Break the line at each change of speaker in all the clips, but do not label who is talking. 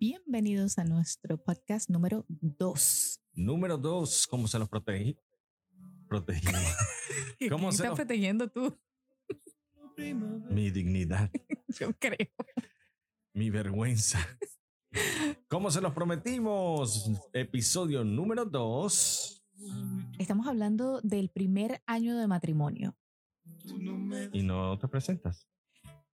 Bienvenidos a nuestro podcast número 2.
Número dos, ¿cómo se los protegí? Protegí ¿Cómo
¿Quién
se
está
lo-
protegiendo tú?
mi dignidad,
Yo creo.
mi vergüenza. ¿Cómo se los prometimos? Episodio número dos.
Estamos hablando del primer año de matrimonio.
Y no te presentas.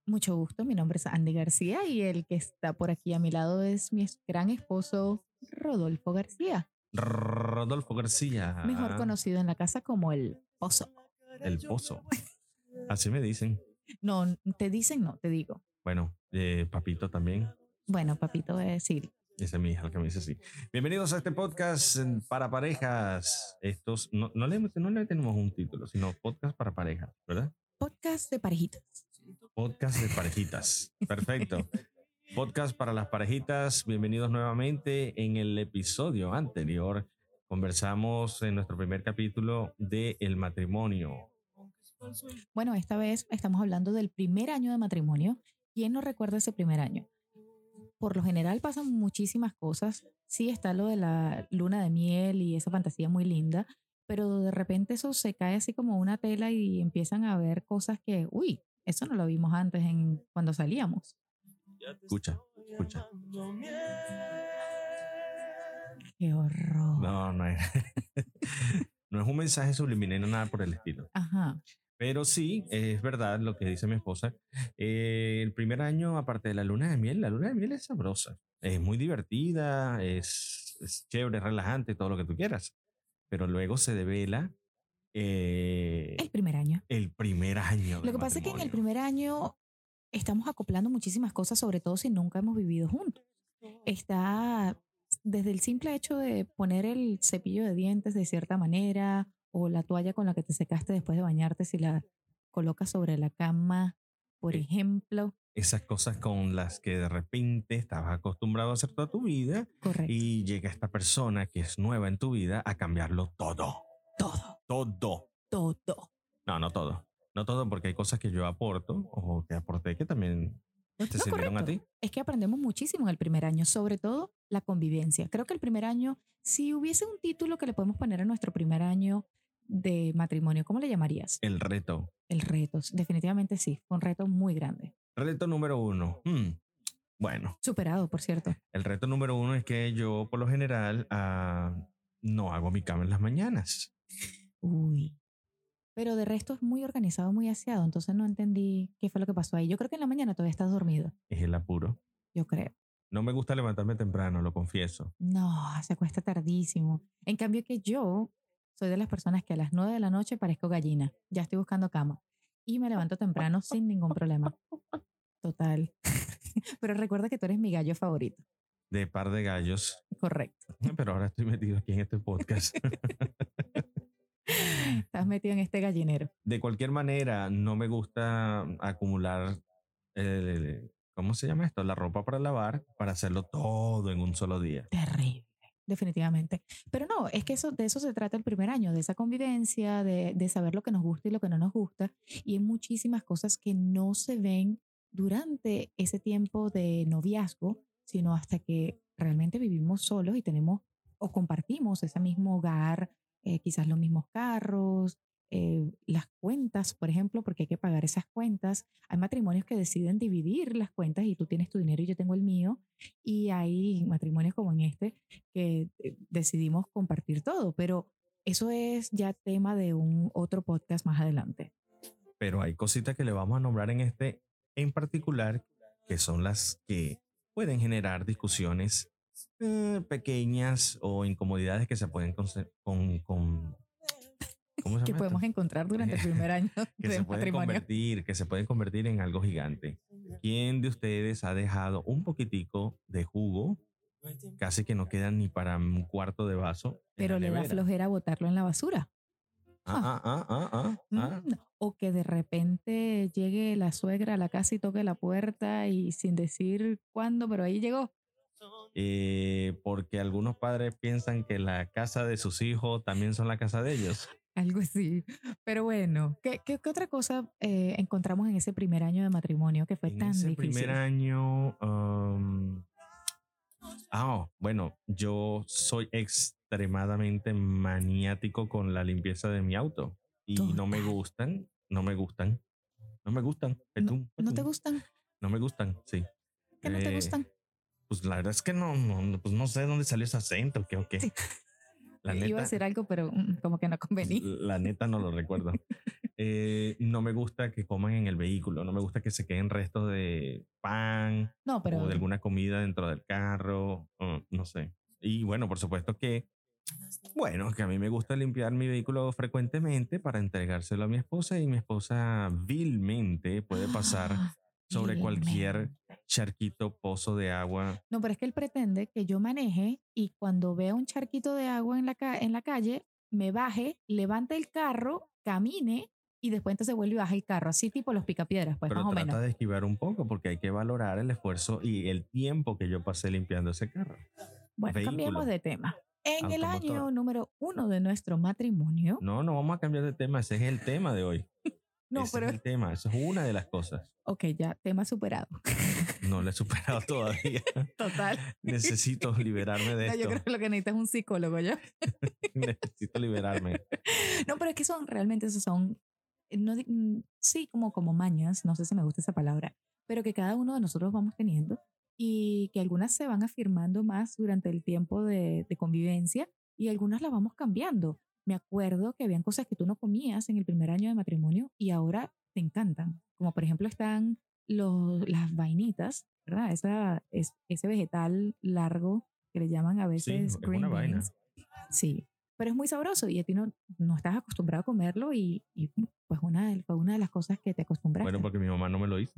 Mucho gusto, mi nombre es Andy García y el que está por aquí a mi lado es mi es- gran esposo Rodolfo García,
Rodolfo García.
mejor conocido en la casa como el Pozo.
El pozo. Así me dicen.
No, te dicen no, te digo.
Bueno, eh, papito también.
Bueno, papito, voy a decir,
Esa es mi hija la que me dice así. Bienvenidos a este podcast eh, para parejas. Estos no, no, le, no le tenemos un título, sino podcast para parejas, ¿verdad?
podcast de parejitas.
Podcast de parejitas. Perfecto. Podcast para las parejitas. Bienvenidos nuevamente. En el episodio anterior conversamos en nuestro primer capítulo de el matrimonio.
Bueno, esta vez estamos hablando del primer año de matrimonio. ¿Quién no recuerda ese primer año? Por lo general pasan muchísimas cosas. Sí está lo de la luna de miel y esa fantasía muy linda, pero de repente eso se cae así como una tela y empiezan a ver cosas que, uy, eso no lo vimos antes en cuando salíamos.
Escucha, escucha.
Qué horror.
No, no es, no es un mensaje subliminal, no nada por el estilo.
Ajá.
Pero sí, es verdad lo que dice mi esposa. Eh, el primer año, aparte de la luna de miel, la luna de miel es sabrosa. Es muy divertida, es, es chévere, relajante, todo lo que tú quieras. Pero luego se devela eh,
El primer año.
el primer año.
Lo que pasa es que en el primer año estamos acoplando muchísimas cosas, sobre todo si nunca hemos vivido juntos. Está desde el simple hecho de poner el cepillo de dientes de cierta manera o la toalla con la que te secaste después de bañarte si la colocas sobre la cama, por
Sí.
ejemplo.
Esas cosas con las que de repente estabas acostumbrado a hacer toda tu vida
Correcto.
y llega esta persona que es nueva en tu vida a cambiarlo todo.
todo,
Todo.
todo.
No, no todo. No todo, porque hay cosas que yo aporto o que aporté que también te
No,
sirvieron a
correcto.
ti.
es que aprendemos muchísimo en el primer año, sobre todo la convivencia. Creo que el primer año, si hubiese un título que le podemos poner a nuestro primer año de matrimonio, ¿cómo le llamarías?
El reto.
El reto, definitivamente sí, fue un reto muy grande.
Reto número uno. Hmm. Bueno,
Superado, por cierto.
el reto número uno es que yo, por lo general, ah, no hago mi cama en las mañanas.
Uy. Pero de resto es muy organizado, muy aseado, entonces no entendí qué fue lo que pasó ahí. Yo creo que en la mañana todavía estás dormido,
Es el apuro.
yo creo.
No me gusta levantarme temprano, lo confieso.
No, se acuesta tardísimo. En cambio que yo soy de las personas que a las 9 de la noche parezco gallina. Ya estoy buscando cama. Y me levanto temprano sin ningún problema. Total. Pero recuerda que tú eres mi gallo favorito.
De par de gallos.
Correcto.
Pero ahora estoy metido aquí en este podcast.
Estás metido en este gallinero.
De cualquier manera, no me gusta acumular, el- ¿cómo se llama esto? La ropa para lavar, para hacerlo todo en un solo día.
Terrible. Definitivamente. Pero no, es que eso, de eso se trata el primer año, de esa convivencia, de, de saber lo que nos gusta y lo que no nos gusta. Y hay muchísimas cosas que no se ven durante ese tiempo de noviazgo, sino hasta que realmente vivimos solos y tenemos o compartimos ese mismo hogar, eh, quizás los mismos carros, eh, las cuentas, por ejemplo, porque hay que pagar esas cuentas. Hay matrimonios que deciden dividir las cuentas y tú tienes tu dinero y yo tengo el mío. Y hay matrimonios como en este que eh, decidimos compartir todo, pero eso es ya tema de un otro podcast más adelante.
Pero hay cositas que le vamos a nombrar en este en particular, que son las que pueden generar discusiones eh, pequeñas o incomodidades que se pueden con, con, con- ¿cómo se
que
llama
podemos
esto?
encontrar durante el primer año
que se
del
pueden
matrimonio.
convertir, que se pueden convertir en algo gigante. ¿Quién de ustedes ha dejado un poquitico de jugo? Casi que no queda ni para un cuarto de vaso. en la
Pero le da
nevera?
flojera botarlo en la basura.
Ah, ah, ah, ah, ah, ah.
Mm, O que de repente llegue la suegra a la casa y toque la puerta y sin decir cuándo, pero ahí llegó.
Eh, porque algunos padres piensan que la casa de sus hijos también son la casa de ellos.
Algo así. Pero bueno, ¿qué, qué- qué otra cosa eh, encontramos en ese primer año de matrimonio que fue
en
tan
ese
difícil?
primer año, um, Ah, bueno, yo soy extremadamente maniático con la limpieza de mi auto y no me
Total.
gustan, no me gustan, no me gustan.
No,
Petum,
¿no te
petum.
gustan,
No me gustan, sí.
que no te
Eh,
gustan.
Pues la verdad es que no, no, no, pues no sé dónde salió ese acento, que o qué.
Sí.
La
Iba a
neta,
hacer algo, pero mm, como que no convenía.
la neta no lo recuerdo. Eh, no me gusta que coman en el vehículo, no me gusta que se queden restos de pan,
No, pero
o de alguna comida dentro del carro, o no sé. Y bueno, por supuesto que, bueno, que a mí me gusta limpiar mi vehículo frecuentemente para entregárselo a mi esposa y mi esposa vilmente puede pasar
Ah,
sobre cualquier
vilmente.
charquito, pozo de agua.
No, pero es que él pretende que yo maneje y cuando vea un charquito de agua en la, ca- en la calle, me baje, levante el carro, camine y después entonces vuelve y baja el carro. Así tipo los picapiedras, pues
pero
más o
trata
menos.
de esquivar un poco porque hay que valorar el esfuerzo y el tiempo que yo pasé limpiando ese carro.
Bueno, cambiemos
vehículo.
de tema. En el
Automotor.
año número uno de nuestro matrimonio.
No, no vamos a cambiar de tema, ese es el tema de hoy.
No,
ese
pero.
es el tema, eso es una de las cosas.
Ok, ya, tema superado.
No lo he superado todavía.
Total.
Necesito liberarme de
No,
esto.
yo creo que lo que necesitas es un psicólogo, yo.
Necesito liberarme.
No, pero es que son realmente esos son, no, di- mm, sí, como, como mañas, no sé si me gusta esa palabra, pero que cada uno de nosotros vamos teniendo y que algunas se van afirmando más durante el tiempo de, de convivencia y algunas las vamos cambiando. Me acuerdo que habían cosas que tú no comías en el primer año de matrimonio y ahora te encantan, como por ejemplo están los, las vainitas, ¿verdad? Esa, es, ese vegetal largo que le llaman a veces
es una vaina.
beans. Sí, pero es muy sabroso y a ti no, no estás acostumbrado a comerlo y, y, pues una, de- fue una de las cosas que te acostumbraste.
Bueno, porque mi mamá no me lo hizo.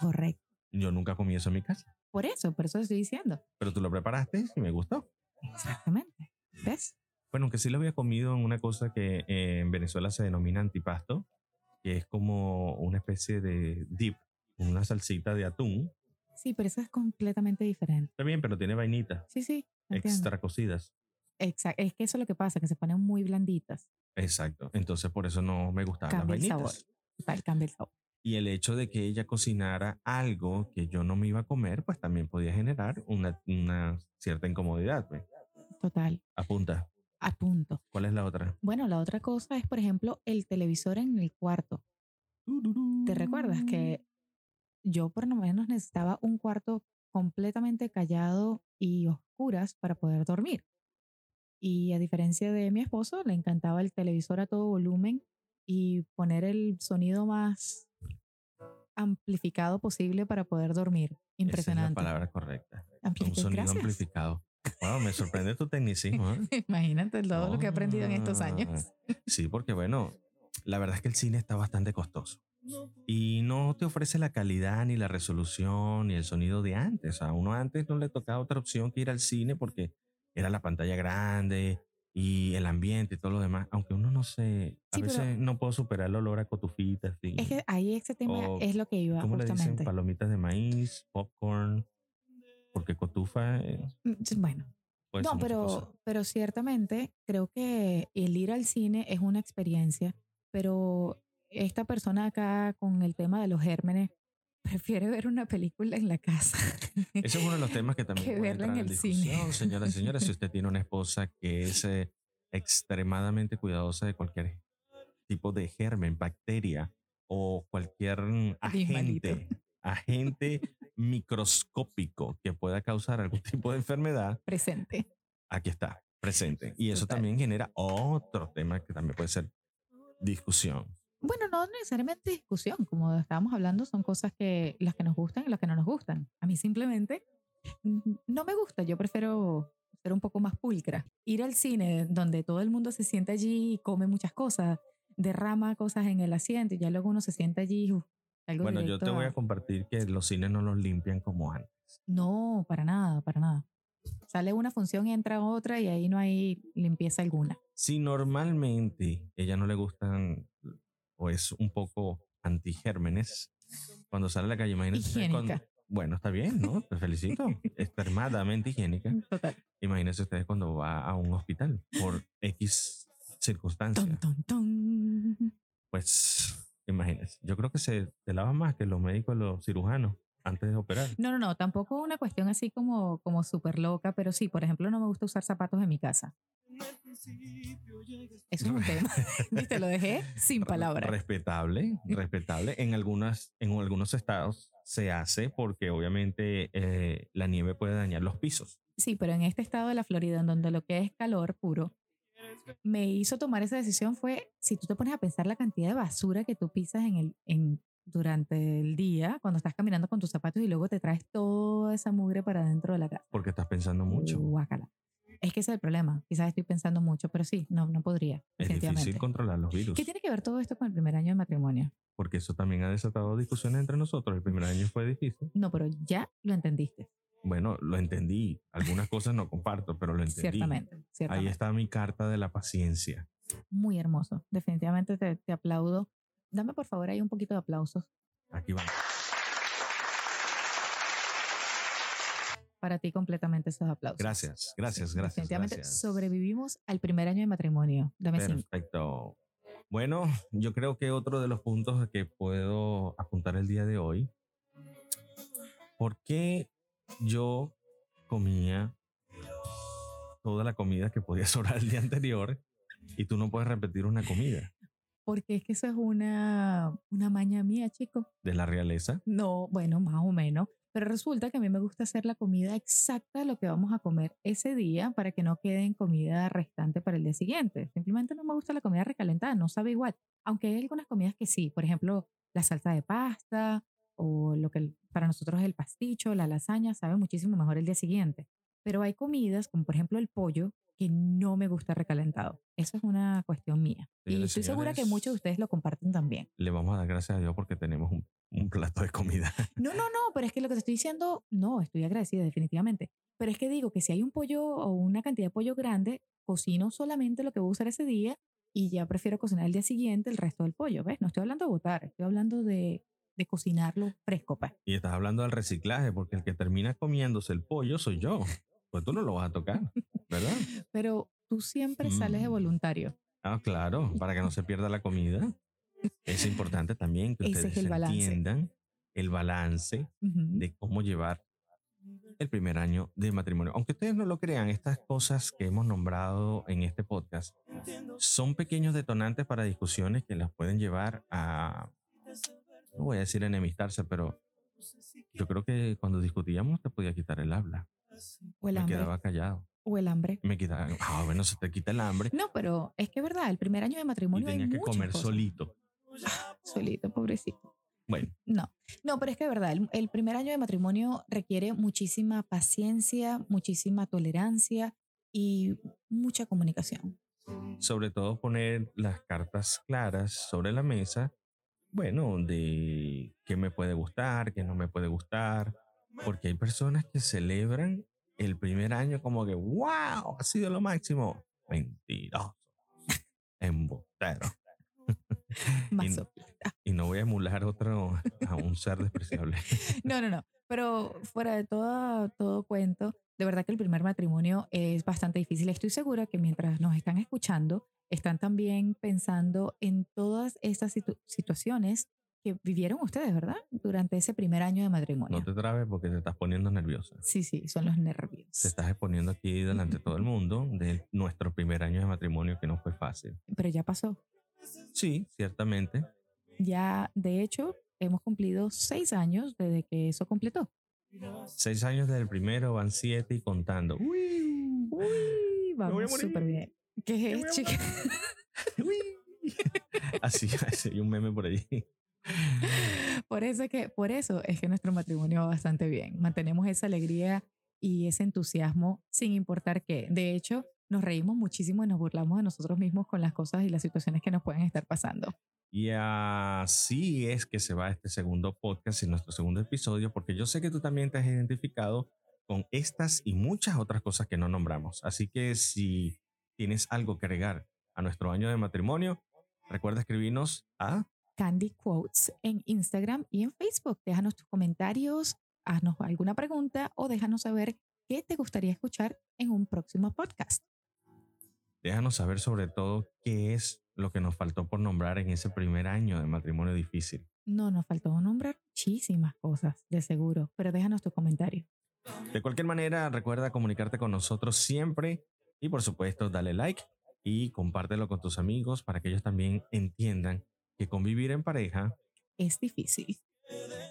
Correcto.
Yo nunca comí eso en mi casa.
Por eso, por eso te estoy diciendo.
Pero tú lo preparaste y me gustó.
Exactamente. ¿Ves?
Bueno, aunque sí lo había comido en una cosa que eh, en Venezuela se denomina antipasto, que es como una especie de dip, una salsita de atún.
Sí, pero eso es completamente diferente.
Está bien, pero tiene vainitas
Sí, sí. Entiendo.
extra cocidas.
Exa- Es que eso es lo que pasa, que se ponen muy blanditas.
Exacto. Entonces por eso no me gustaban
Cambia el
las
sabor.
vainitas.
Total, cambia el sabor.
Y el hecho de que ella cocinara algo que yo no me iba a comer, pues también podía generar una, una cierta incomodidad. pues.
Total,
Apunta.
a punto.
¿Cuál es la otra?
Bueno, la otra cosa es, por ejemplo, el televisor en el cuarto. ¿Te recuerdas que yo por lo menos necesitaba un cuarto completamente callado y oscuras para poder dormir? Y a diferencia de mi esposo, le encantaba el televisor a todo volumen y poner el sonido más amplificado posible para poder dormir.
Esa es la
Impresionante.
palabra correcta. Un
Amplifica-
sonido
gracias.
amplificado. Wow, me sorprende tu tecnicismo. ¿eh?
Imagínate todo lo que he aprendido en estos años.
Ah, Sí, porque bueno, la verdad es que el cine está bastante costoso. Y no te ofrece la calidad, ni la resolución, ni el sonido de antes. A uno antes no le tocaba otra opción que ir al cine porque era la pantalla grande y el ambiente y todo lo demás. Aunque uno no se... A
Sí, pero-
veces no puedo superar el olor a cotufitas. sí.
Es que ahí ese tema
O,
es lo que iba
Oh, ¿Cómo le dicen?
justamente.
Palomitas de maíz, popcorn. Porque cotufa... eh,
Mm, Bueno,
puede ser
No,
mucha cosa.
pero, pero ciertamente creo que el ir al cine es una experiencia, pero esta persona acá con el tema de los gérmenes prefiere ver una película en la casa.
Ese es uno de los temas que
que
también puede
verla en
entrar en
el cine.
discusión, señoras y señores. Si usted tiene una esposa que es eh, extremadamente cuidadosa de cualquier tipo de germen, bacteria o cualquier mm,
Animalito.
agente, agente microscópico que pueda causar algún tipo de enfermedad,
Presente.
aquí está, presente. Y eso
Total.
también genera otro tema que también puede ser discusión.
Bueno, no necesariamente discusión, como estábamos hablando, son cosas que las que nos gustan y las que no nos gustan. A mí simplemente mm, no me gusta, yo prefiero ser un poco más pulcra. Ir al cine donde todo el mundo se sienta allí y come muchas cosas, derrama cosas en el asiento y ya luego uno se sienta allí. uf, algo
Bueno, yo
directo
te voy a compartir que los cines no los limpian como antes.
No, para nada, para nada. Sale una función, entra otra y ahí no hay limpieza alguna.
si normalmente ella no le gustan o es un poco antigérmenes cuando sale a la calle, imagínese. con-
Higiénica.
bueno, está bien, ¿no? Te felicito. Extremadamente higiénica.
Total.
Imagínense ustedes cuando va a un hospital por X circunstancia.
Ton, ton, ton.
Pues imagínense. Yo creo que se te lavan más que los médicos, los cirujanos. antes de operar.
No, no, no, tampoco una cuestión así como, como súper loca, pero sí, por ejemplo, no me gusta usar zapatos en mi casa. Eso es un tema. Viste, lo dejé sin palabras.
Respetable, respetable. En, algunas, en algunos estados se hace porque obviamente eh, la nieve puede dañar los pisos.
Sí, pero en este estado de la Florida, en donde lo que es calor puro, me hizo tomar esa decisión fue, si tú te pones a pensar la cantidad de basura que tú pisas en el, en, durante el día, cuando estás caminando con tus zapatos y luego te traes toda esa mugre para dentro de la casa.
Porque estás pensando mucho.
Guácala. Es que ese es el problema. Quizás estoy pensando mucho, pero sí, no, no podría.
Es
definitivamente.
difícil controlar los virus.
¿Qué tiene que ver todo esto con el primer año de matrimonio?
Porque eso también ha desatado discusiones entre nosotros. El primer año fue difícil.
No, pero ya lo entendiste,
Bueno, lo entendí. Algunas cosas no comparto, pero lo entendí.
ciertamente.
Ahí
ciertamente.
está mi carta de la paciencia.
Muy hermoso. Definitivamente te, te aplaudo. Dame por favor ahí un poquito de aplausos
Aquí vamos.
para ti completamente esos aplausos.
Gracias, gracias,
Sí,
gracias.
Definitivamente
gracias.
sobrevivimos al primer año de matrimonio. Dame cinco.
Perfecto. Bueno, yo creo que otro de los puntos que puedo apuntar el día de hoy, ¿por qué yo comía toda la comida que podía sobrar el día anterior y tú no puedes repetir una comida
Porque es que eso es una, una maña mía, chico.
de la realeza?
No, bueno, más o menos. Pero resulta que a mí me gusta hacer la comida exacta de lo que vamos a comer ese día para que no quede en comida restante para el día siguiente. Simplemente no me gusta la comida recalentada, no sabe igual. Aunque hay algunas comidas que sí, por ejemplo, la salsa de pasta o lo que el- para nosotros es el pasticho, la lasaña, sabe muchísimo mejor el día siguiente. Pero hay comidas, como por ejemplo el pollo, que no me gusta recalentado. Eso es una cuestión mía. y
Señoras y
estoy segura que
señores.
muchos de ustedes lo comparten también.
Le vamos a dar gracias a Dios porque tenemos un, un plato de comida.
No, no, no, pero es que lo que te estoy diciendo, no, estoy agradecida definitivamente. Pero es que digo que si hay un pollo o una cantidad de pollo grande, cocino solamente lo que voy a usar ese día y ya prefiero cocinar el día siguiente el resto del pollo, ¿ves? No estoy hablando de botar, estoy hablando de, de cocinarlo fresco, pues.
Y estás hablando del reciclaje porque el que termina comiéndose el pollo soy yo. Pues tú no lo vas a tocar, ¿verdad?
Pero tú siempre sales de
Mm.
voluntario.
Ah, claro, para que no se pierda la comida. Es importante también que
Ese
ustedes
es el balance.
entiendan el balance
Ujú.
de cómo llevar el primer año de matrimonio. Aunque ustedes no lo crean, estas cosas que hemos nombrado en este podcast son pequeños detonantes para discusiones que las pueden llevar a, no voy a decir enemistarse, pero yo creo que cuando discutíamos te podía quitar el habla.
o el
Me
hambre.
quedaba callado.
O el hambre.
Me quitaba, ah, bueno, se te quita el hambre
No, pero es que es verdad, el primer año de
y
matrimonio hay
tenía que
muchas
comer
cosas.
solito.
Solito, pobrecito.
Bueno,
No, no, pero es que de verdad, el, el primer año de matrimonio requiere muchísima paciencia, muchísima tolerancia y mucha comunicación.
sobre todo poner las cartas claras sobre la mesa, bueno, de qué me puede gustar, qué no me puede gustar, porque hay personas que celebran el primer año como que, wow, ha sido lo máximo. Mentiroso, embustero.
Más
Y-
so-
Y no voy a emular otro a un ser despreciable.
No, no, no, pero fuera de todo, todo cuento, de verdad que el primer matrimonio es bastante difícil. Estoy segura que mientras nos están escuchando, están también pensando en todas estas situ- situaciones que vivieron ustedes, ¿verdad? Durante ese primer año de matrimonio.
No te trabes porque te estás poniendo nerviosa.
Sí, sí, son los nervios.
Te estás exponiendo aquí delante de todo el mundo de nuestro primer año de matrimonio que no fue fácil.
Pero ya pasó.
Sí, ciertamente.
Ya, de hecho, hemos cumplido seis años desde que eso completó.
Seis años desde el primero, van siete y contando.
Uy,
Mm. voy a
vamos
morir.
súper bien. ¿Qué
voy
es,
a
chica?
Así, así hay un meme por allí.
Por eso, es que, por eso es que nuestro matrimonio va bastante bien. Mantenemos esa alegría y ese entusiasmo sin importar qué. De hecho, nos reímos muchísimo y nos burlamos de nosotros mismos con las cosas y las situaciones que nos pueden estar pasando.
Y así es que se va este segundo podcast y nuestro segundo episodio, porque yo sé que tú también te has identificado con estas y muchas otras cosas que no nombramos. Así que si tienes algo que agregar a nuestro año de matrimonio, recuerda escribirnos a
Candy Quotes en Instagram y en Facebook. Déjanos tus comentarios, haznos alguna pregunta o déjanos saber qué te gustaría escuchar en un próximo podcast.
Déjanos saber sobre todo qué es lo que nos faltó por nombrar en ese primer año de matrimonio difícil.
No, nos faltó nombrar muchísimas cosas, de seguro, pero déjanos tu comentario.
De cualquier manera, recuerda comunicarte con nosotros siempre y por supuesto dale like y compártelo con tus amigos para que ellos también entiendan que convivir en pareja,
Es difícil.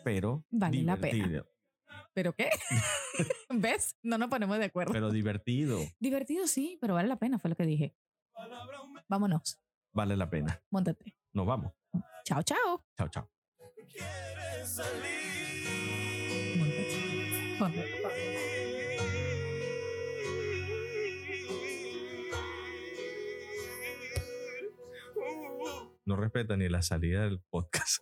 pero
Vale la pena.
divertido,
¿Pero qué? ¿Ves? No nos ponemos de acuerdo.
pero divertido,
Divertido sí, pero vale la pena, fue lo que dije. Vámonos,
vale la pena.
montate.
Nos vamos.
Chao, chao.
Chao, chao.
quieres
Móntate. Móntate.
salir. Uh, uh.
No respeta ni la salida del podcast.